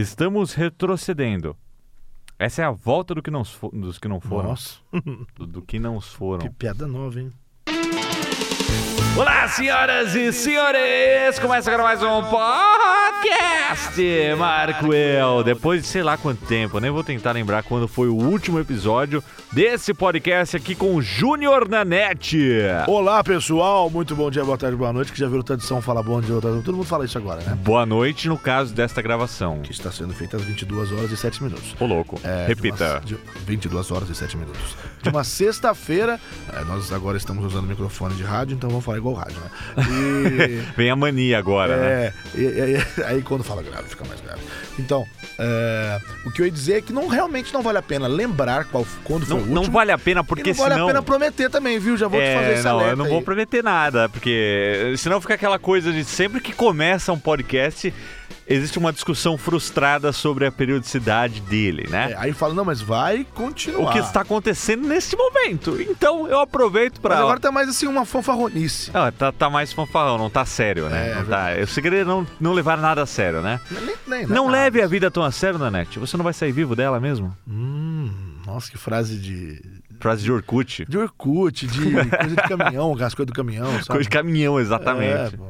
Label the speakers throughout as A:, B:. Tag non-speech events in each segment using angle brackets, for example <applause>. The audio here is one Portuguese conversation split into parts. A: Estamos retrocedendo. Essa é a volta do que não, fo- dos que não foram.
B: Nossa,
A: <laughs> Do, do que não
B: que
A: foram.
B: piada nova, hein?
A: Olá, senhoras e senhores! Começa agora mais um podcast, Marco Eu. Depois de sei lá quanto tempo, eu nem vou tentar lembrar quando foi o último episódio desse podcast aqui com o Júnior Nanete.
B: Olá, pessoal. Muito bom dia, boa tarde, boa noite. Que já virou tradição falar bom dia, boa tarde. Todo mundo fala isso agora, né?
A: Boa noite no caso desta gravação.
B: Que está sendo feita às 22 horas e 7 minutos.
A: Ô louco,
B: É,
A: repita.
B: De uma, de 22 horas e 7 minutos. De uma sexta-feira, é, nós agora estamos usando microfone de rádio, então vamos falar igual rádio, né? E.
A: <laughs> Vem a mania agora, né?
B: É, e- e- e- aí quando fala grave, fica mais grave. Então, é, o que eu ia dizer é que não realmente não vale a pena lembrar qual, quando
A: Não,
B: foi o
A: não
B: último.
A: vale a pena,
B: e
A: porque
B: não vale
A: senão...
B: a pena prometer também, viu? Já vou te fazer
A: É,
B: esse
A: não,
B: alerta
A: eu não vou
B: aí.
A: prometer nada, porque eh, senão fica aquela coisa de sempre que começa um podcast, existe uma discussão frustrada sobre a periodicidade dele,
B: É, Ah.
A: né?
B: aí fala, não, mas vai continuar.
A: o que está acontecendo neste momento. Então eu aproveito
B: Mas
A: para.
B: agora tá mais assim uma fanfarronice.
A: Ah, tá, tá mais fanfarrão, não tá sério, né?
B: É,
A: não tá. O segredo é não, não levar nada a sério, né?
B: Nem- nem-
A: Não
B: nada.
A: leve a vida tão a sério, Nanete. Você não vai sair vivo dela mesmo?
B: Hum, nossa, que frase de.
A: Frase de Orkut.
B: De
A: <laughs>
B: Orkut, de coisa de caminhão, as coisas do caminhão, sabe?
A: Coisa de caminhão, exatamente.
B: É, pô.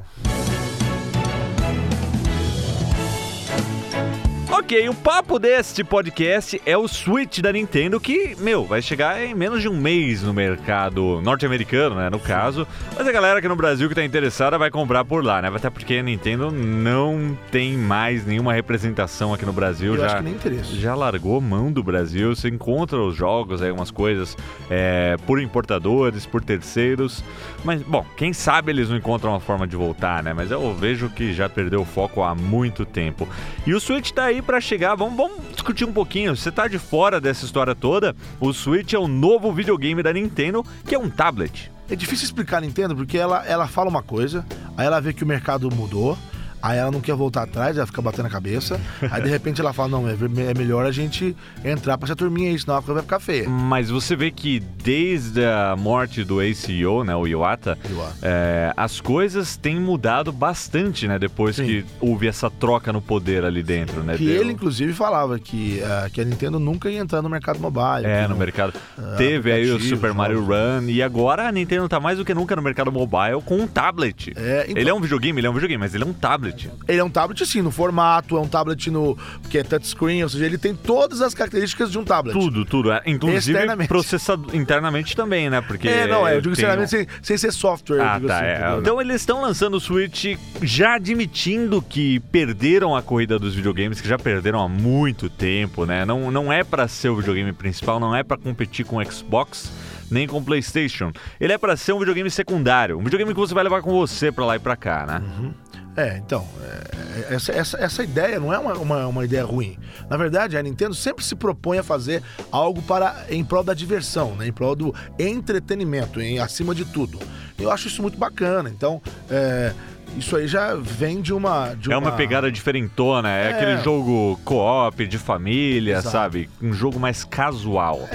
A: Ok, o papo deste podcast é o Switch da Nintendo, que, meu, vai chegar em menos de um mês no mercado norte-americano, né, no caso. Mas a galera aqui no Brasil que tá interessada vai comprar por lá, né? Até porque a Nintendo não tem mais nenhuma representação aqui no Brasil.
B: eu
A: já...
B: acho que nem interesse.
A: Já largou mão do Brasil, você encontra os jogos, aí umas coisas é, por importadores, por terceiros. Mas, bom, quem sabe eles não encontram uma forma de voltar, né? Mas eu vejo que já perdeu o foco há muito tempo. E o Switch tá aí pra chegar, vamos, vamos discutir um pouquinho. Você tá de fora dessa história toda, o Switch é o novo videogame da Nintendo, que é um tablet.
B: É difícil explicar a Nintendo porque ela, ela fala uma coisa, aí ela vê que o mercado mudou, aí ela não quer voltar atrás, ela fica batendo a cabeça, aí de repente ela fala: não, é, ver- é melhor a gente entrar pra essa turminha aí, senão a coisa vai ficar feia.
A: Mas você vê que desde a morte do ACO, né, o Iwata,
B: Iwata.
A: é, as coisas têm mudado bastante, né, depois
B: Sim.
A: que houve essa troca no poder ali dentro, né?
B: Que
A: deu-
B: ele, inclusive, falava que, ah, que a Nintendo nunca ia entrar no mercado mobile.
A: É,
B: que
A: no
B: não-
A: mercado.
B: Ah,
A: Teve aí o
B: aplicativos,
A: Super Mario Run e agora a Nintendo tá mais do que nunca no mercado mobile com um tablet.
B: É, então-
A: Ele é um videogame, ele é um videogame, mas ele é um tablet.
B: Ele é um tablet, assim, no formato, é um tablet no. que é touchscreen, ou seja, ele tem todas as características de um tablet.
A: Tudo, tudo. é, Inclusive
B: Externamente.
A: processador internamente também, né? Porque
B: É, não, é, eu digo
A: tem um-
B: sinceramente, sem, sem ser software. eu
A: Ah,
B: digo
A: tá.
B: assim,
A: é.
B: entendeu?
A: Então eles estão lançando o Switch já admitindo que perderam a corrida dos videogames, que já perderam há muito tempo, né? Não, não é pra ser o videogame principal, não é pra competir com o Xbox nem com o PlayStation. Ele é pra ser um videogame secundário, um videogame que você vai levar com você pra lá e pra cá, né?
B: É, então, é, é, essa, essa, essa ideia não é uma, uma, uma ideia ruim. Na verdade, a Nintendo sempre se propõe a fazer algo para em prol da diversão, né, em prol do entretenimento, em, acima de tudo. Eu acho isso muito bacana. Então, é, isso aí já vem de uma. de
A: É uma pegada diferentona, é,
B: Ah. É.
A: aquele jogo co-op de família,
B: Exato. É.
A: sabe? Um jogo mais casual.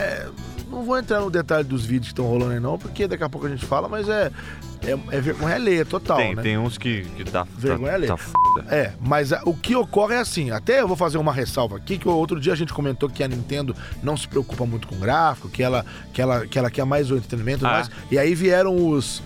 B: Não vou entrar no detalhe dos vídeos que estão rolando aí, não, porque daqui a pouco a gente fala, mas é, é, é vergonha alheia total,
A: tem,
B: né?
A: tem uns que, que tá,
B: Vergonha
A: tá,
B: alheia.
A: tá foda.
B: É, mas ah, o que ocorre é assim, até eu vou fazer uma ressalva aqui, que outro dia a gente comentou que a Nintendo não se preocupa muito com gráfico, que ela, que ela, que ela quer mais o entretenimento,
A: Ah.
B: mas, e aí vieram os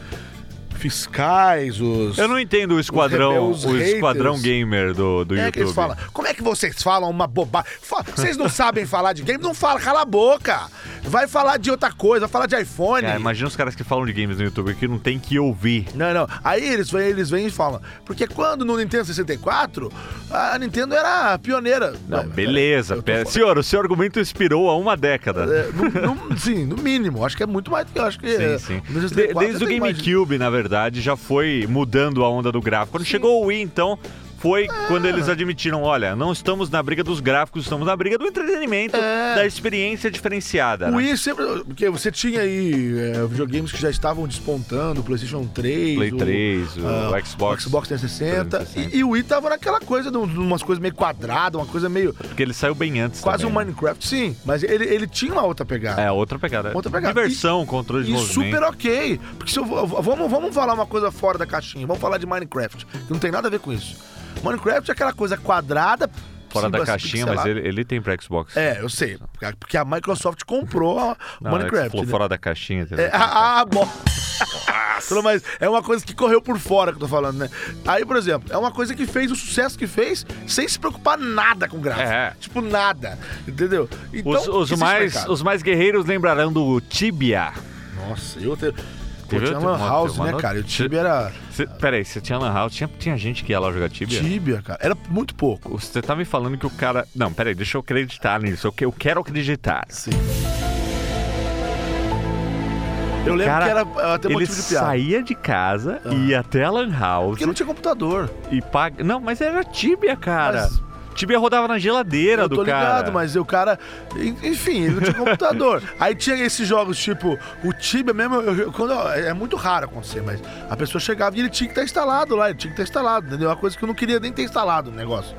B: fiscais, os...
A: Eu não entendo o esquadrão,
B: os
A: o
B: haters.
A: esquadrão gamer do, do
B: é
A: YouTube.
B: que eles falam, como é que vocês falam uma bobagem? Fa- Vocês não sabem falar de game? Não fala, cala a boca! Vai falar de outra coisa, vai falar de iPhone.
A: Cara, Ah, imagina os caras que falam de games no YouTube que não tem que ouvir.
B: Não, não. Aí eles, vêm- eles vêm e falam. Porque quando no Nintendo 64, a Nintendo era a pioneira.
A: Não,
B: Ué,
A: beleza.
B: eu tô
A: pera-
B: fora.
A: Senhor, o seu argumento expirou há uma década.
B: É, no- no- sim, no mínimo. Acho que é muito mais do que. Acho que é,
A: Sim, sim.
B: no
A: De-
B: 64
A: desde o
B: tem mais-
A: GameCube, na verdade, já foi mudando a onda do gráfico. Quando chegou o Wii, então, foi
B: Ah.
A: quando eles admitiram: olha, não estamos na briga dos gráficos, estamos na briga do entretenimento,
B: É.
A: da experiência diferenciada.
B: O
A: né?
B: Wii sempre. Porque você tinha aí é, videogames que já estavam despontando, o PlayStation 3.
A: Play
B: o-
A: 3, o,
B: ah,
A: Xbox.
B: o Xbox 360,
A: 360.
B: E, e o Wii tava naquela coisa, de um- de umas coisas meio quadradas, uma coisa meio.
A: Porque ele saiu bem antes.
B: Quase um
A: também, né?
B: Minecraft, sim. Mas ele, ele tinha uma outra pegada.
A: É, outra pegada.
B: Outra pegada.
A: Diversão, controle de
B: E
A: movimento.
B: super ok. Porque se eu vou, vamos, vamos falar uma coisa fora da caixinha. Vamos falar de Minecraft, que não tem nada a ver com isso. Minecraft é aquela coisa quadrada,
A: fora da
B: Simba
A: caixinha, mas
B: pixelado.
A: ele, ele tem pra Xbox.
B: É, eu sei. Porque a Microsoft comprou a
A: Não, é que
B: Minecraft.
A: falou
B: né?
A: fora da caixinha, entendeu?
B: É, ah, ah, bom. <laughs> Tudo mais. É uma coisa que correu por fora que eu tô falando, né? Aí, por exemplo, é uma coisa que fez o sucesso que fez sem se preocupar nada com gráfico.
A: É.
B: Tipo, nada. Entendeu? Então,
A: Os, os
B: existe
A: mais,
B: mercado.
A: os mais guerreiros lembrarão do Tibia.
B: Nossa, eu tenho. Pô,
A: Teve
B: tinha
A: outro-
B: Lan House,
A: outro-
B: né,
A: mano?
B: cara? E O Tibia era.
A: Cê, peraí, você tinha Lan House? Tinha, tinha gente que ia lá jogar Tibia?
B: Tibia, cara. Era muito pouco.
A: Você tá me falando que o cara. Não, peraí, deixa eu acreditar nisso. Eu, que- eu quero acreditar.
B: Sim. Eu lembro
A: Cara,
B: que era até
A: Ele
B: motivo de piada. Ah.
A: saía de casa, ia até a Lan House
B: Porque não tinha computador.
A: e paga. Não, mas era Tibia, cara.
B: Mas-
A: Tibia rodava na geladeira
B: Eu
A: do
B: tô
A: cara.
B: ligado, mas o cara. en- Enfim, ele não tinha
A: <laughs>
B: computador. Aí tinha esses jogos tipo o Tibia mesmo. eu- eu- quando eu- é muito raro acontecer, mas a pessoa chegava e ele tinha que estar instalado lá, ele tinha que estar instalado, entendeu? Uma coisa que eu não queria nem ter instalado o negócio.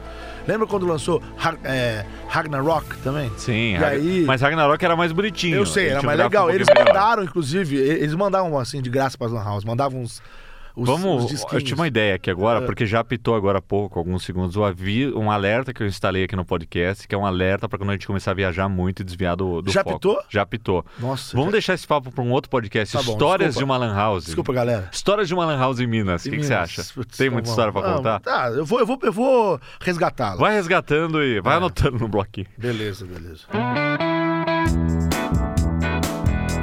B: Lembra quando lançou Ra- é, Ragnarok também?
A: Sim,
B: E
A: Ragn-
B: aí-
A: mas Ragnarok era mais bonitinho.
B: Eu sei,
A: Ele
B: era
A: tinha um
B: mais
A: gráfico um
B: legal. Eles
A: pouquinho melhor.
B: mandaram, inclusive, e- eles mandavam assim de graça para as Lan House, mandavam uns. Os, os
A: Vamos, eu
B: disquinhos. É.
A: tive uma ideia aqui agora, porque já apitou agora há pouco, alguns segundos, o avi- um alerta que eu instalei aqui no podcast, que é um alerta para quando a gente começar a viajar muito e desviar do, do
B: Já
A: foco.
B: apitou?
A: Já apitou.
B: Nossa,
A: Vamos
B: já-
A: deixar esse papo para um outro podcast,
B: Tá bom,
A: histórias
B: desculpa.
A: de uma lan house.
B: Desculpa, galera.
A: Histórias de uma lan house em Minas, o que, que você acha? Tem
B: então
A: muita história para contar?
B: Tá, eu vou, eu vou, eu vou resgatá-la.
A: Vai resgatando e
B: É.
A: vai anotando no bloquinho.
B: Beleza, beleza.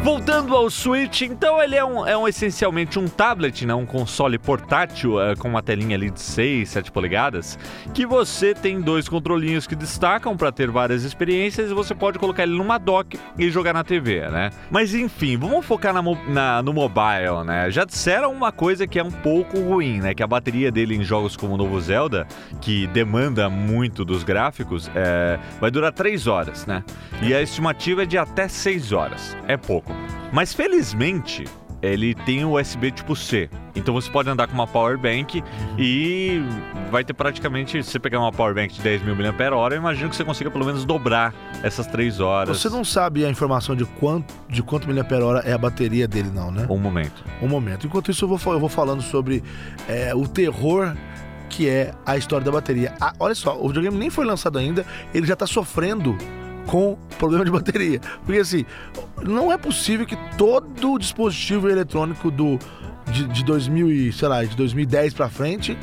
A: Voltando ao Switch, então ele é, um, é um, essencialmente um tablet, né? um console portátil eh, com uma telinha ali de 6, 7 polegadas, que você tem dois controlinhos que destacam para ter várias experiências e você pode colocar ele numa dock e jogar na TV, né? Mas enfim, vamos focar na mo- na- no mobile, né? Já disseram uma coisa que é um pouco ruim, né? Que a bateria dele em jogos como o novo Zelda, que demanda muito dos gráficos, eh, vai durar 3 horas, né? E a estimativa é de até 6 horas. É pouco. Mas felizmente, ele tem o USB tipo C. Então você pode andar com uma power bank e vai ter praticamente, se você pegar uma power bank de 10 mil mAh, eu imagino que você consiga pelo menos dobrar essas 3 horas.
B: Você não sabe a informação de quanto, de quanto miliampere hora é a bateria dele, não, né?
A: Um momento.
B: Um momento. Enquanto isso, eu vou, fa- eu vou falando sobre é, o terror que é a história da bateria. Ah, olha só, o videogame nem foi lançado ainda, ele já tá sofrendo com problema de bateria. Porque assim, não é possível que todo dispositivo eletrônico do de, de 2000 e, sei lá, de 2010 pra frente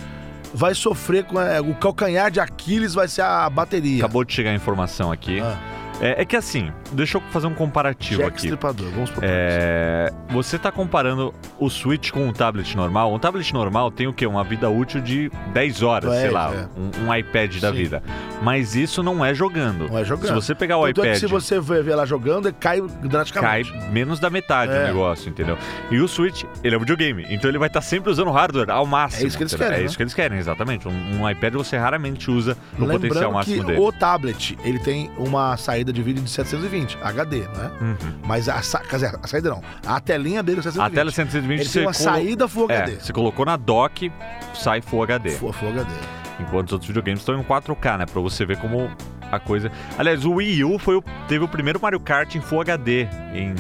B: vai sofrer com é, o calcanhar de Aquiles vai ser a bateria.
A: Acabou de chegar a informação aqui.
B: Ah,
A: É, é que assim, deixa eu fazer um comparativo
B: Jack
A: aqui.
B: Stripador, vamos pro
A: É, você está comparando o Switch com um tablet normal. Um tablet normal tem o quê? Uma vida útil de 10 horas,
B: É,
A: sei lá,
B: é.
A: um, um iPad da
B: Sim.
A: vida. Mas isso não é jogando.
B: Não é jogando.
A: Se você pegar o
B: Tanto é
A: iPad,
B: que se você vê vê lá jogando, é cai
A: cai
B: drasticamente.
A: menos da metade
B: É.
A: do negócio, entendeu? E o Switch, ele é um videogame, então ele vai estar sempre usando hardware ao máximo.
B: É isso que eles
A: entendeu?
B: querem,
A: É
B: né?
A: isso que eles querem, exatamente. Um, um iPad você raramente usa no potencial
B: Lembrando que
A: máximo dele.
B: o tablet, ele tem uma saída de vídeo de 720, HD, né?
A: Uhum.
B: Mas a, sa... quer dizer, a saída não. A telinha dele é 720.
A: A tela 120
B: Ele
A: você
B: tem uma
A: colo-
B: saída Full
A: é,
B: HD.
A: você colocou na dock, sai Full HD.
B: Full, Full HD.
A: Enquanto os outros videogames estão em 4K, né? Pra você ver como a coisa. Aliás, o Wii U foi o- teve o primeiro Mario Kart em Full HD em...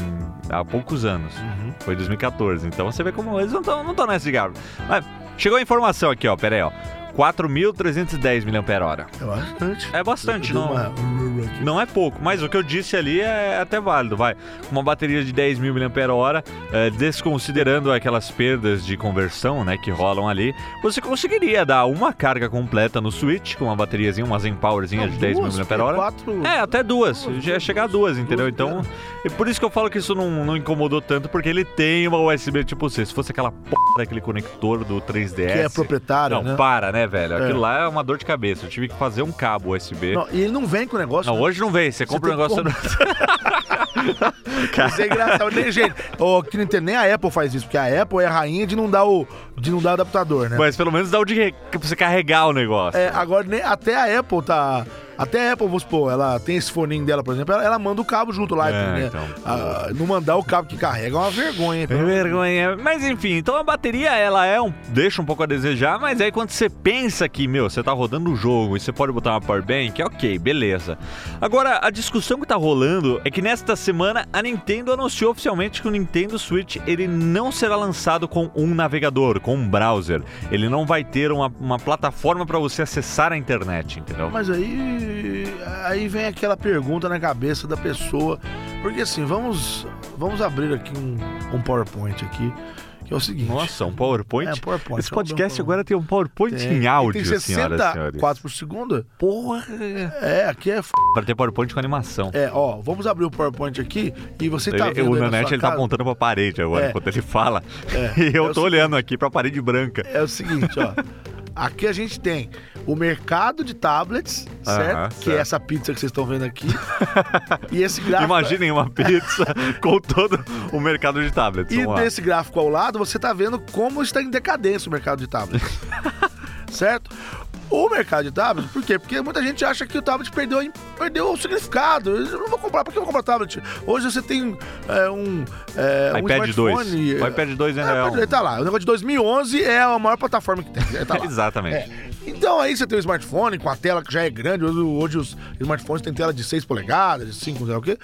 A: há poucos anos.
B: Uhum.
A: Foi em 2014. Então você vê como eles não estão não tão nessa de Gabriel. Mas chegou a informação aqui, ó. Pera aí, ó. 4.310 mAh.
B: É bastante.
A: É bastante,
B: Eu dei
A: não.
B: uma-
A: Não é pouco, mas o que eu disse ali é até válido, vai. Uma bateria de 10 mil mAh, eh, desconsiderando aquelas perdas de conversão, né, que rolam ali, você conseguiria dar uma carga completa no Switch com uma bateriazinha, uma Zen Powerzinha é de 10 mil
B: Duas,
A: mAh.
B: Quatro...
A: É, até duas.
B: Duas,
A: Já ia chegar a duas, entendeu?
B: duas
A: Então, e por isso que eu falo que isso não, não incomodou tanto, porque ele tem uma USB tipo C. Se fosse aquela p daquele conector do 3DS.
B: Que é proprietário,
A: não,
B: né?
A: para, né, velho?
B: É.
A: Aquilo lá é uma dor de cabeça. Eu tive que fazer um cabo USB.
B: Não, e ele não vem com o negócio.
A: Não,
B: né?
A: hoje não vem. Você compra um <laughs>
B: tem
A: negócio.
B: Isso é engraçado, nem jeito. Ô, que não tem- nem a Apple faz isso, porque a Apple é a rainha de não dar o, de não dar o adaptador, né?
A: Mas pelo menos dá o de re- pra você carregar o negócio.
B: É, agora nem, até a Apple tá. Até a Apple, vamos supor, ela tem esse foninho dela, por exemplo, ela, ela manda o cabo junto lá.
A: É,
B: né?
A: então.
B: Ah, não mandar o cabo que carrega é uma vergonha. hein,
A: É vergonha. Mas enfim, então a bateria ela é um. deixa um pouco a desejar, mas aí quando você pensa que, meu, você tá rodando o jogo e você pode botar uma power bank, ok, beleza. Agora, a discussão que tá rolando é que nesta semana a Nintendo anunciou oficialmente que o Nintendo Switch ele não será lançado com um navegador, com um browser. Ele não vai ter uma, uma plataforma para você acessar a internet, entendeu?
B: Mas aí, aí vem aquela pergunta na cabeça da pessoa, porque assim, vamos, vamos abrir aqui um, um PowerPoint aqui, que é o seguinte.
A: Nossa, um PowerPoint?
B: É, PowerPoint.
A: Esse podcast
B: É um É,
A: agora tem um PowerPoint em áudio,
B: tem
A: senhoras e senhores.
B: 64 por segundo?
A: Porra!
B: É, aqui é f...
A: Pra ter PowerPoint com animação.
B: É, ó, vamos abrir o PowerPoint aqui e você tá
A: Ele-
B: vendo
A: o
B: aí na
A: Nanete
B: sua
A: ele tá
B: casa.
A: apontando pra parede agora,
B: É.
A: enquanto ele fala. <laughs>
B: É,
A: E eu
B: é o
A: tô olhando aqui pra parede branca.
B: É o seguinte, ó. Aqui a gente tem o mercado de tablets, certo?
A: Aham,
B: Que é
A: certo.
B: essa pizza que vocês estão vendo aqui. e esse gráfico.
A: Imaginem uma
B: <laughs>
A: pizza com todo o mercado de tablets.
B: E
A: Vamos lá.
B: desse gráfico ao lado, você tá vendo como está em decadência o mercado de
A: <laughs>
B: tablets. certo? O mercado de tablets, por quê? Porque muita gente acha que o tablet perdeu, a im- perdeu o significado. Eu não vou comprar, por que eu vou comprar tablet? Hoje você tem é, um, é, um
A: iPad 2.
B: smartphone,
A: O iPad 2
B: é,
A: ainda é,
B: iPad
A: um...
B: tá lá. O negócio de 2011 é a maior plataforma que tem. Tá
A: <laughs>
B: lá.
A: Exatamente.
B: Então aí você tem o smartphone com a tela que já é grande. Hoje, hoje os smartphones têm tela de 6 polegadas, de 5, não sei lá o quê.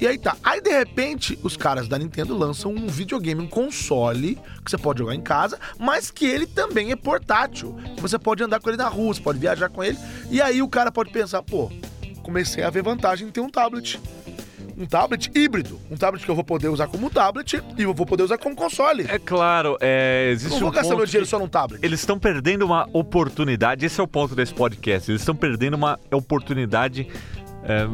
B: E aí tá. Aí de repente os caras da Nintendo lançam um videogame, um console que você pode jogar em casa, mas que ele também é portátil. Que Você pode andar com ele na rua, você pode viajar com ele. E aí o cara pode pensar, pô, comecei a ver vantagem em ter um tablet. Um tablet híbrido. Um tablet que eu vou poder usar como tablet e eu vou poder usar como console.
A: É claro, é, existe
B: não vou
A: um
B: gastar
A: ponto
B: meu dinheiro
A: que
B: só num tablet.
A: Eles estão perdendo uma oportunidade, esse é o ponto desse podcast. Eles estão perdendo uma oportunidade é,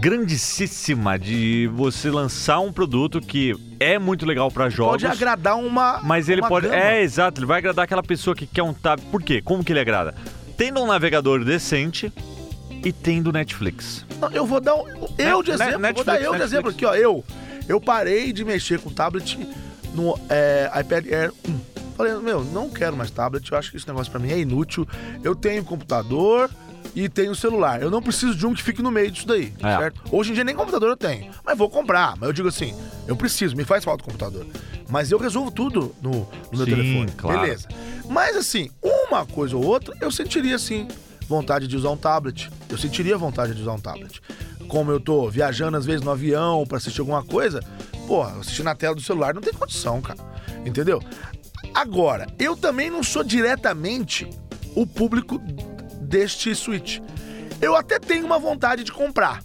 A: grandíssima de você lançar um produto que é muito legal pra jogos.
B: Pode agradar uma.
A: Mas ele
B: uma
A: pode.
B: gama.
A: É, exato, ele vai agradar aquela pessoa que quer um tab. Por quê? Como que ele agrada? Tendo um navegador decente e tendo Netflix.
B: Não, eu vou dar um. Eu de
A: Ne-
B: exemplo,
A: Netflix,
B: vou dar eu de
A: Netflix.
B: exemplo aqui, ó. Eu, eu parei de mexer com tablet no é, iPad Air 1. Falei, meu, não quero mais tablet, eu acho que esse negócio pra mim é inútil. Eu tenho computador e tenho celular. Eu não preciso de um que fique no meio disso daí,
A: É.
B: certo? Hoje em dia nem computador eu tenho, mas vou comprar. Mas eu digo assim, eu preciso, me faz falta o computador. Mas eu resolvo tudo no, no meu
A: Sim,
B: telefone.
A: claro.
B: Beleza. Mas assim, uma coisa ou outra, eu sentiria assim, vontade de usar um tablet. Eu sentiria vontade de usar um tablet. Como eu tô viajando às vezes no avião pra assistir alguma coisa, porra, assistir na tela do celular não tem condição, cara. Entendeu? Agora, eu também não sou diretamente o público deste Switch. Eu até tenho uma vontade de comprar,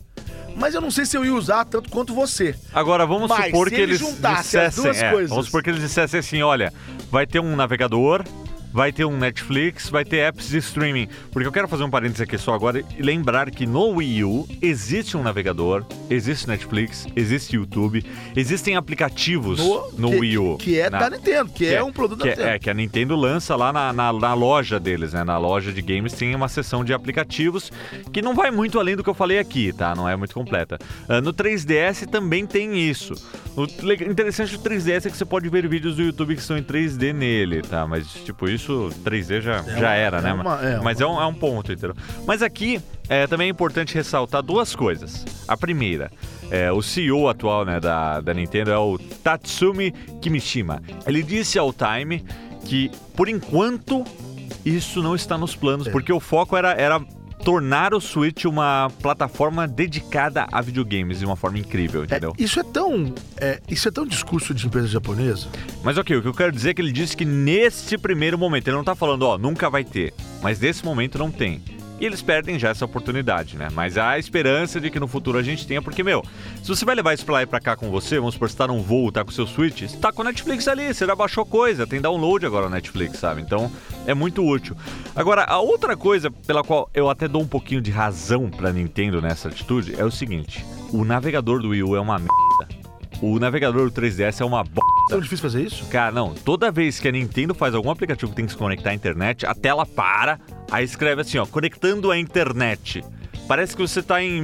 B: mas eu não sei se eu ia usar tanto quanto você.
A: Agora vamos
B: Mas
A: supor
B: se
A: que
B: ele
A: eles
B: juntasse as
A: dissessem.
B: duas
A: é,
B: coisas.
A: vamos supor que eles dissessem assim: olha, vai ter um navegador. Vai ter um Netflix, vai ter apps de streaming. Porque eu quero fazer um parênteses aqui só agora e lembrar que no Wii U existe um navegador, existe Netflix, existe YouTube, existem aplicativos no,
B: que-
A: Wii U.
B: Que é
A: na-
B: da Nintendo, que, é, um produto
A: que
B: da Nintendo.
A: é, que a Nintendo lança lá na, na- na loja deles, né? Na loja de games tem uma seção de aplicativos que não vai muito além do que eu falei aqui, tá? Não é muito completa. Ah, no 3DS também tem isso. O le- interessante do 3DS é que você pode ver vídeos do YouTube que estão em 3D nele, tá? Mas, tipo, isso 3D já, já
B: uma-
A: era,
B: é
A: né?
B: uma- é
A: Mas é um, é um ponto, entendeu? Mas aqui é, também é importante ressaltar duas coisas. A primeira, é, o CEO atual né, da, da Nintendo é o Tatsumi Kimishima. Ele disse ao Time que, por enquanto, isso não está nos planos,
B: É.
A: porque o foco era, era tornar o Switch uma plataforma dedicada a videogames de uma forma incrível,
B: É,
A: entendeu?
B: isso é tão. é, isso é tão discurso de empresa japonesa.
A: Mas ok, o que eu quero dizer é que ele disse que nesse primeiro momento, ele não tá falando, ó, nunca vai ter, mas nesse momento não tem. E eles perdem já essa oportunidade, né? Mas há a esperança de que no futuro a gente tenha, porque, meu, se você vai levar isso pra lá e pra cá com você, vamos supor, você tá num voo, tá com o seu Switch, você tá com o Netflix ali, você já baixou coisa, tem download agora no Netflix, sabe? Então é muito útil. Agora, a outra coisa pela qual eu até dou um pouquinho de razão pra Nintendo nessa atitude é o seguinte: o navegador do Wii U é uma merda. O navegador do 3DS é uma bosta.
B: Tão difícil fazer isso?
A: Cara, não. Toda vez que a Nintendo faz algum aplicativo que tem que se conectar à internet, a tela para, aí escreve assim, ó, conectando à internet. Parece que você tá em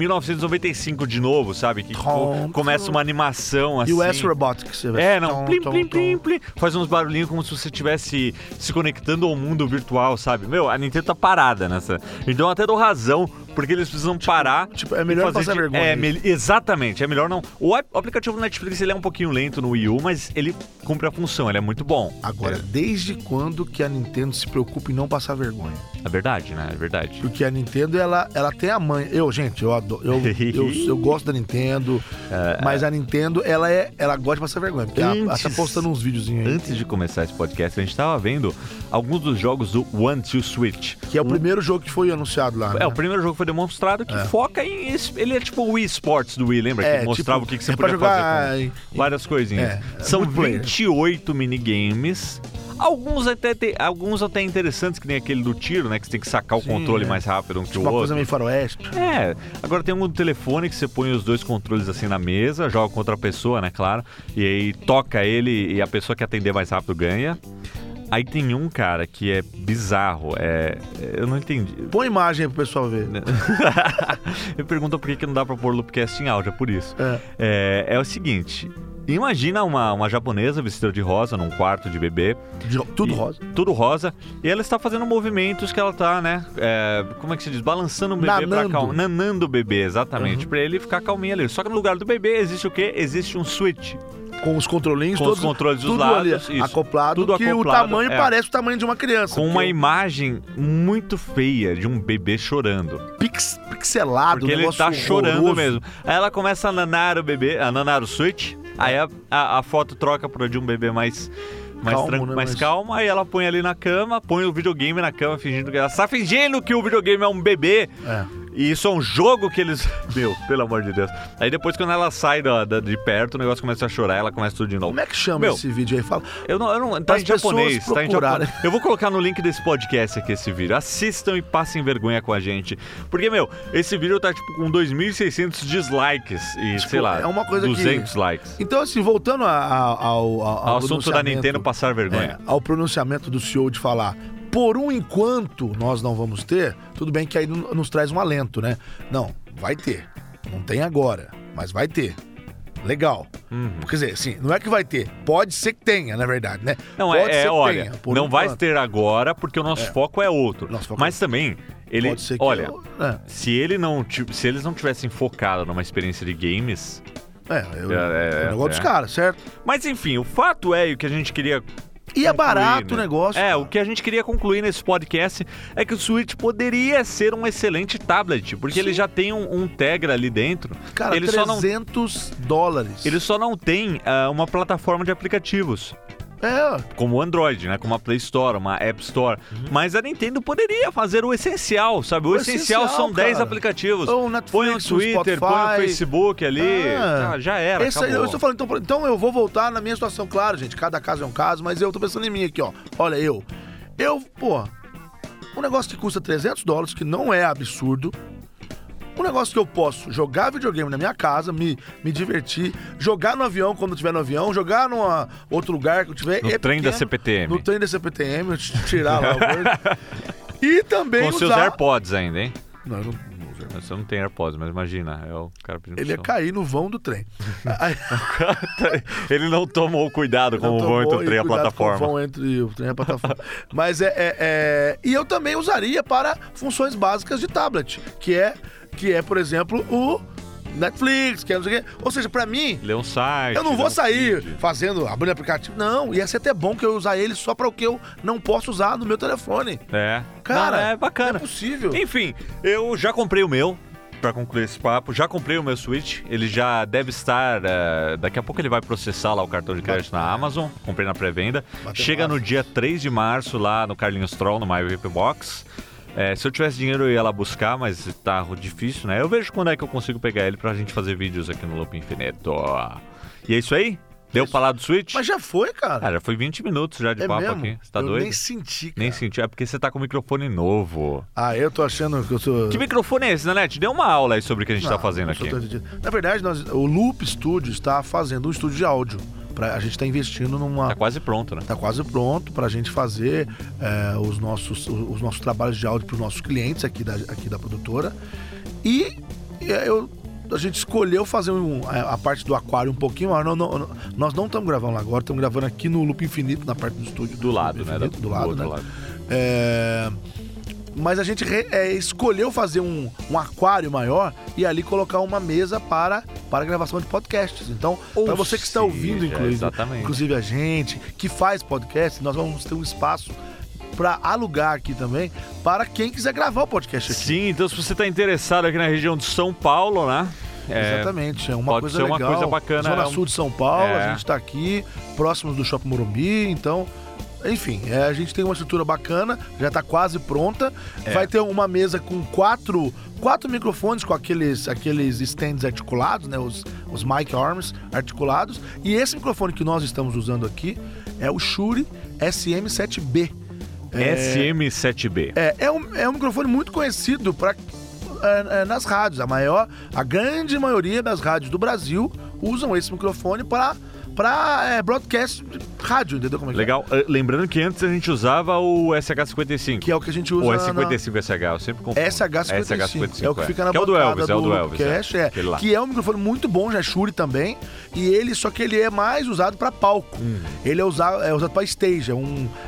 A: 1995 de novo, sabe? Que co- começa uma animação assim.
B: E o S-Robot que você vai
A: É, não.
B: Tom,
A: Plim,
B: tom,
A: plim,
B: tom.
A: plim, plim. Faz uns barulhinhos como se você estivesse se conectando ao mundo virtual, sabe? Meu, a Nintendo tá parada nessa. Então eu até dou razão porque eles precisam parar.
B: tipo, é melhor
A: e fazer
B: passar
A: de-
B: vergonha
A: É,
B: nisso.
A: me- exatamente, é melhor não. O ap- o aplicativo do Netflix ele é um pouquinho lento no Wii U, mas ele cumpre a função, ele é muito bom.
B: Agora, desde quando que a Nintendo se preocupa em não passar vergonha?
A: É verdade, né? É verdade.
B: Porque a Nintendo, ela, ela tem a mãe. Eu, gente, eu adoro. Eu, eu,
A: <laughs>
B: eu gosto da Nintendo,
A: É,
B: mas a Nintendo, ela, é, ela gosta de passar vergonha. Porque ela, ela tá
A: Antes-
B: postando uns videozinhos aí.
A: Antes de começar esse podcast, a gente tava vendo alguns dos jogos do One Two Switch. Um
B: Que é o primeiro jogo que foi anunciado lá.
A: É,
B: né?
A: o primeiro jogo que foi demonstrado que foca em. es- Ele é tipo o Wii Sports do Wii, lembra?
B: É,
A: que mostrava
B: tipo,
A: o que, que você
B: é pra
A: podia
B: jogar
A: fazer.
B: em-
A: Com várias coisinhas.
B: É,
A: São
B: multiplayer.
A: 28 minigames. Alguns até, te- alguns até interessantes, que nem aquele do tiro, né? Que você tem que sacar o controle
B: é.
A: mais rápido um que o
B: Uma
A: outro.
B: coisa meio faroeste.
A: É, agora tem um do telefone que você põe os dois controles assim na mesa, joga contra a pessoa, né, claro, e aí toca ele e a pessoa que atender mais rápido ganha. Aí tem um, cara, que é bizarro, é... é, Eu não entendi.
B: Põe imagem aí pro pessoal ver.
A: Né? <laughs> Eu pergunto por que, que não dá pra pôr o Loopcast em áudio, é por isso.
B: É.
A: É, é o seguinte, imagina uma, uma japonesa vestida de rosa num quarto de bebê,
B: De ro- tudo
A: e-
B: rosa.
A: Tudo rosa. E ela está fazendo movimentos que ela está, né? é, como é que se diz? Balançando o bebê para
B: Nanando.
A: calma. Nanando o bebê, exatamente. Para ele ficar calminho ali. Só que no lugar do bebê existe o quê? Existe um switch.
B: Com os controlinhos
A: Com os
B: todos.
A: controles dos
B: tudo
A: lados,
B: ali,
A: isso.
B: acoplado.
A: Tudo
B: que o
A: acoplado,
B: tamanho
A: é.
B: parece o tamanho de uma criança.
A: Com uma
B: porque é
A: imagem muito feia de um bebê chorando.
B: o pix, pixelado,
A: Porque
B: um
A: ele
B: negócio
A: tá chorando
B: horroroso.
A: mesmo. Aí ela começa a nanar o bebê, a nanar o switch. Aí a, a- a foto troca para de um bebê mais. Mais,
B: Calmo,
A: tranquilo,
B: né,
A: mais
B: mas-
A: calma, aí ela põe ali na cama, põe o videogame na cama, fingindo que ela está fingindo que o videogame é um bebê.
B: É.
A: E isso é um jogo que eles. <laughs> Meu, pelo amor de Deus. Aí depois, quando ela sai da, da- de perto, o negócio começa a chorar, ela começa tudo de novo.
B: Como é que chama
A: Meu,
B: esse vídeo aí? Fala.
A: Eu não, eu não- tá
B: As
A: em japonês,
B: pessoas
A: tá em
B: procurarem.
A: japonês. Eu vou colocar no link desse podcast aqui esse vídeo. Assistam e passem vergonha com a gente. Porque, meu, esse vídeo tá tipo com 2.600 dislikes e, sei lá,
B: é uma coisa que-
A: 200 likes.
B: Então, assim, voltando a- a- ao, ao, ao
A: Ao assunto da
B: pronunciamento-
A: Nintendo passar vergonha.
B: é, ao pronunciamento do CEO de falar, por um enquanto nós não vamos ter, tudo bem que aí n- nos traz um alento, né? Não, vai ter. Não tem agora, mas vai ter. Legal.
A: Uhum.
B: Quer dizer, assim, não é que vai ter. Pode ser que tenha, na verdade, né?
A: Não,
B: Pode
A: é,
B: ser
A: é
B: que
A: olha,
B: tenha, por
A: não vai
B: enquanto.
A: ter agora porque o nosso foco é outro.
B: Nosso foco é
A: Mas também, ele.
B: Pode ser que
A: olha,
B: eu- é,
A: se, ele não, ti- se eles não tivessem focado numa experiência de games,
B: é, eu-
A: É, é,
B: é o negócio
A: é.
B: dos caras, certo?
A: Mas enfim, o fato é e o que a gente queria.
B: E é
A: concluir,
B: barato
A: né?
B: o negócio.
A: É,
B: cara.
A: o que a gente queria concluir nesse podcast é que o Switch poderia ser um excelente tablet, porque ele já tem um, um Tegra ali dentro.
B: Cara,
A: ele só não
B: 300 dólares.
A: ele só não tem ah, uma plataforma de aplicativos,
B: É,
A: como o Android, né? Como a Play Store, uma App Store. Mas a Nintendo poderia fazer o essencial, sabe? O,
B: Uhum. O
A: essencial,
B: essencial,
A: são 10
B: cara.
A: aplicativos.
B: Ou o Netflix,
A: põe no
B: o
A: Twitter, põe no
B: Spotify.
A: Facebook ali.
B: Ah.
A: cara, já era,
B: Esse aí,
A: acabou.
B: eu estou falando, então, então eu vou voltar na minha situação, claro, gente. Cada caso é um caso, mas eu tô pensando em mim aqui, ó. Olha, eu. Eu, pô, um negócio que custa 300 dólares, que não é absurdo. Um negócio que eu posso jogar videogame na minha casa, me, me divertir, jogar no avião quando eu tiver no avião, jogar num outro lugar que eu tiver. é
A: No trem da CPTM.
B: No trem da CPTM, eu te- tirar
A: <laughs>
B: lá o gordo. E também
A: Com
B: usar...
A: seus AirPods ainda, hein?
B: Não, eu não, não uso AirPods.
A: Você não tem AirPods, mas imagina, é o cara pedindo
B: Ele ia
A: pra
B: cair no vão
A: <laughs>
B: do trem. Aí-
A: você- Ele não tomou cuidado
B: Não
A: como
B: tomou,
A: vão entre o trem e a
B: cuidado com o
A: plataforma.
B: vão entre o trem e a plataforma. Mas é, é- é- E eu também usaria para funções básicas de tablet, que é, que é por exemplo, o Netflix, que é não sei o quê. Ou seja, para mim,
A: Lê um site.
B: eu não
A: lê
B: vou
A: um
B: sair
A: feed.
B: fazendo, abrindo aplicativo. Não, ia ser até bom que eu usar ele só para o que eu não posso usar no meu telefone.
A: É.
B: Cara,
A: Não, é
B: Não é
A: bacana.
B: possível.
A: Enfim, eu já comprei o meu. Pra concluir esse papo, já comprei o meu Switch. Ele já deve estar. eh, daqui a pouco ele vai processar lá o cartão de crédito na Amazon. Comprei na pré-venda.
B: Bateu
A: Chega no
B: massa.
A: dia 3 de março lá no Carlinhos Troll, no My Whip Box. Eh, se eu tivesse dinheiro, eu ia lá buscar, mas tá difícil, né? Eu vejo quando é que eu consigo pegar ele pra gente fazer vídeos aqui no Loop Infinito. E é isso aí? Deu pra lá do Switch?
B: Mas já foi, cara.
A: Cara, já foi 20 minutos já de
B: é
A: papo
B: mesmo?
A: aqui. Você tá
B: eu
A: doido?
B: nem senti, cara.
A: Nem senti. É porque você tá com o microfone novo.
B: Ah, eu tô achando que eu sou...
A: Que microfone é esse, Nanete? Dê uma aula aí sobre o que a gente está
B: Não,
A: fazendo
B: não sou
A: aqui.
B: tão entendido. Na verdade, nós- o Loop Studio está fazendo um estúdio de áudio. Pra, a gente está investindo numa.
A: Tá quase pronto, né?
B: Está quase pronto para a gente fazer é, os, nossos, os nossos trabalhos de áudio para os nossos clientes aqui da, aqui da produtora. E é, eu- a gente escolheu fazer um- a, a parte do aquário um pouquinho maior. Não- não- não- nós não estamos gravando lá agora, estamos gravando aqui no Loop Infinito, na parte do estúdio.
A: Do lado, né?
B: Infinito,
A: Da-
B: do lado,
A: outro
B: né? É, mas a gente re- é, escolheu fazer um, um aquário maior e ali colocar uma mesa para, para gravação de podcasts. Então,
A: Ou
B: para você que está ouvindo,
A: seja,
B: inclusive,
A: exatamente.
B: inclusive a gente, que faz podcast, nós vamos ter um espaço para alugar aqui também para quem quiser gravar o podcast aqui.
A: Sim, então se você está interessado aqui na região de São Paulo, né? É,
B: Exatamente, é uma
A: pode
B: coisa
A: ser uma
B: legal.
A: coisa bacana,
B: Zona
A: é um-
B: Sul de São Paulo,
A: É.
B: a gente está aqui, próximos do Shopping Morumbi, então. Enfim, é, a gente tem uma estrutura bacana, já está quase pronta.
A: É.
B: Vai ter uma mesa com quatro, quatro microfones com aqueles, aqueles stands articulados, né? Os, os mic arms articulados. E esse microfone que nós estamos usando aqui é o Shure SM7B. É,
A: SM7B.
B: é, é, um, é um microfone muito conhecido pra, é, é, nas rádios. A maior, a grande maioria das rádios do Brasil usam esse microfone para para é, broadcast de rádio, entendeu como é que é?
A: Legal. Eh, Lembrando que antes a gente usava o SH55.
B: Que é o que a gente usa
A: Ou é
B: na-
A: 55 SH, eu sempre confundo.
B: SH55.
A: SH55,
B: é o que fica na
A: que é o do
B: bancada
A: Elvis, é o do Elvis.
B: podcast,
A: é.
B: é.
A: Aquele lá.
B: que é um microfone muito bom, já é Shure também, e ele, só que ele é mais usado para palco. Ele é usado, é usado para stage, é um...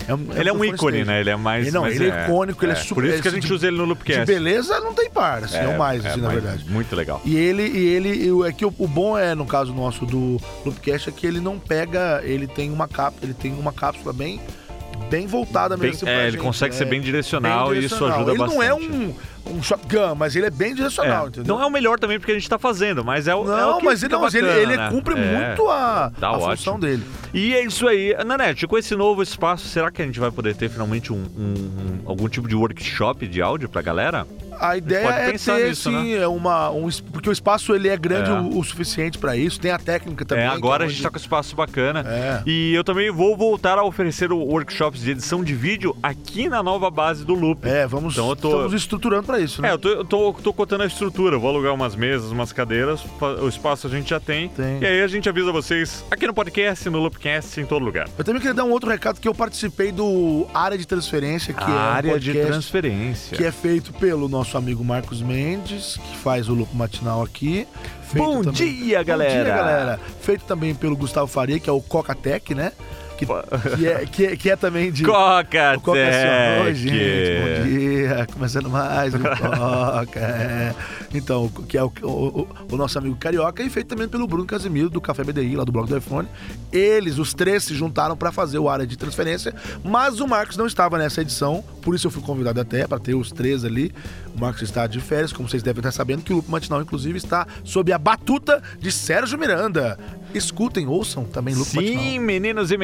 B: um-
A: Hum. Ele é um
B: microfone
A: ícone,
B: stage.
A: né? Ele é mais.
B: Ele não,
A: mas
B: ele é icônico, ele é super-
A: Por isso que a
B: assim,
A: gente
B: de-
A: usa ele no
B: De
A: Loopcast.
B: beleza não tem par, assim, é, o mais, assim, na
A: mas
B: verdade.
A: Muito legal.
B: E ele, e ele, e o- é que o, o bom é, no caso nosso do Loopcast, é que ele não pega, ele tem uma capa, ele tem uma cápsula bem, bem voltada
A: Bem-
B: mesmo. assim,
A: é,
B: pra
A: ele
B: gente,
A: consegue
B: né?
A: ser bem direcional,
B: Bem
A: e isso
B: direcional.
A: ajuda
B: ele
A: bastante.
B: não é um, um shotgun, mas ele é bem direcional,
A: É,
B: entendeu?
A: Não é o melhor também porque a gente tá fazendo, mas é o. é o
B: Não,
A: que
B: mas ele,
A: fica
B: não, mas ele-
A: bacana,
B: ele
A: né?
B: cumpre
A: É.
B: muito a,
A: Tá
B: a
A: ótimo.
B: função dele.
A: E é isso aí. Nanete, com esse novo espaço, será que a gente vai poder ter finalmente um, um- um- algum tipo de workshop de áudio pra galera?
B: A ideia
A: pode
B: é
A: pensar
B: ter,
A: nisso, né?
B: sim, é uma, um, es- porque o espaço ele é grande
A: É.
B: O, o suficiente pra isso, tem a técnica também. então
A: é,
B: que
A: agora a
B: hoje-
A: gente tá com espaço bacana.
B: É.
A: E eu também vou voltar a oferecer o- workshops de edição de vídeo aqui na nova base do Loop.
B: É, vamos,
A: Então eu tô-
B: estamos estruturando pra isso, né?
A: É, eu tô, eu tô, tô cotando a estrutura. Eu Vou alugar umas mesas, umas cadeiras. fa- O espaço a gente já tem.
B: Tem.
A: E aí a gente avisa vocês aqui no podcast, no Loopcast, em todo lugar.
B: Eu também queria dar um outro recado que eu participei do Área de Transferência, que é um podcast
A: transferência.
B: que é feito pelo nosso amigo Marcos Mendes, que faz o Lupo Matinal aqui. é Feito
A: Bom dia,
B: Bom
A: galera!
B: dia, galera! Feito também pelo Gustavo Faria, que é o Cocatec, né? Que, que, é, que, é- que é também
A: <laughs>
B: de...
A: Coca
B: O Coca é assim, ó, "Oi, gente, bom
A: Tech.
B: dia, começando mais o Coca. é. Então, o- que é o, o- o nosso amigo carioca e feito também pelo Bruno Casimiro do Café BDI, lá do blog do iPhone. Eles, os três, se juntaram para fazer o área de transferência, mas o Marcos não estava nessa edição, por isso eu fui convidado até para ter os três ali. O Marcos está de férias, como vocês devem estar sabendo, que o Lupo Matinal, inclusive, está sob a batuta de Sérgio Miranda. Escutem, ouçam também Lupo Matinal.
A: Sim, meninos e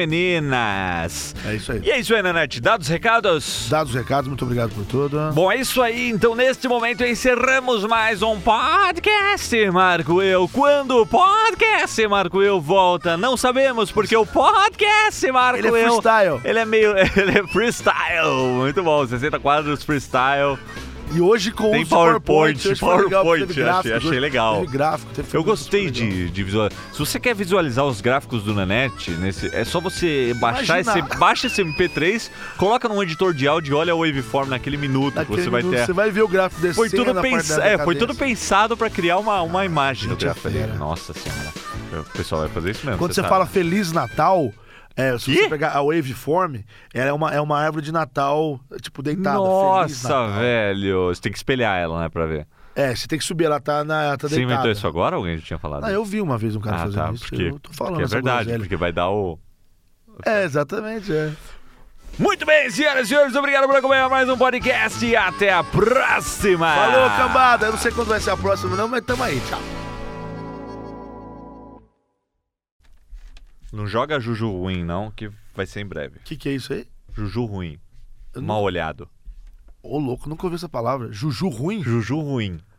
A: meninas.
B: É isso
A: E
B: aí.
A: é isso aí, Nanete. Dados recados?
B: Dados os recados, muito obrigado por tudo.
A: Bom, é isso aí. Então, neste momento, encerramos mais um podcast, Marco Eu. Quando o podcast, Marco Eu, volta, não sabemos, porque o podcast, Marco
B: Ele é
A: Eu...
B: freestyle.
A: Ele é meio... <laughs> Ele é freestyle. Muito bom. 60 quadros freestyle.
B: E hoje com um
A: Tem
B: os PowerPoint,
A: PowerPoint,
B: hoje foi legal, porque teve
A: PowerPoint, achei-
B: gráfico,
A: achei
B: hoje
A: legal.
B: Teve gráfico, teve
A: Eu
B: foi
A: gostei
B: legal.
A: de, de visualizar. Se você quer visualizar os gráficos do Nanete, nesse, é só você baixar esse,
B: Imagina.
A: baixa esse MP3, coloca num editor de áudio e olha a waveform naquele minuto
B: Naquele
A: que você vai
B: minuto,
A: ter.
B: Tá Você vai ver o gráfico desse.
A: Foi tudo, pens- é, foi tudo pensado pra criar uma, uma imagem do
B: gente é
A: grafiteiro.
B: fera.
A: Nossa senhora. O pessoal vai fazer isso mesmo.
B: Quando você
A: sabe.
B: fala Feliz Natal, é, se
A: Quê?
B: você pegar a waveform, ela é uma, é uma árvore de Natal, tipo, deitada. Feliz
A: Nossa,
B: Natal.
A: velho. Você tem que espelhar ela, né, pra ver.
B: É, você tem que subir, ela tá, na, ela tá
A: Você
B: deitada.
A: inventou isso agora ou alguém já tinha falado?
B: Ah, eu vi uma vez um cara
A: ah,
B: fazendo
A: tá.
B: isso,
A: Porque,
B: eu tô falando
A: porque é
B: essa
A: verdade,
B: groselha.
A: porque vai dar o.
B: É, exatamente, é.
A: Muito bem, senhoras e senhores, obrigado por acompanhar mais um podcast e até a próxima!
B: Falou, cambada! Eu não sei quando vai ser a próxima, não, mas tamo aí, tchau.
A: Não joga Juju ruim, não, que vai ser em breve.
B: O que que é isso aí?
A: Juju ruim.
B: Eu não-
A: Mal olhado.
B: Ô, louco, nunca ouvi essa palavra. Juju ruim?
A: Juju ruim.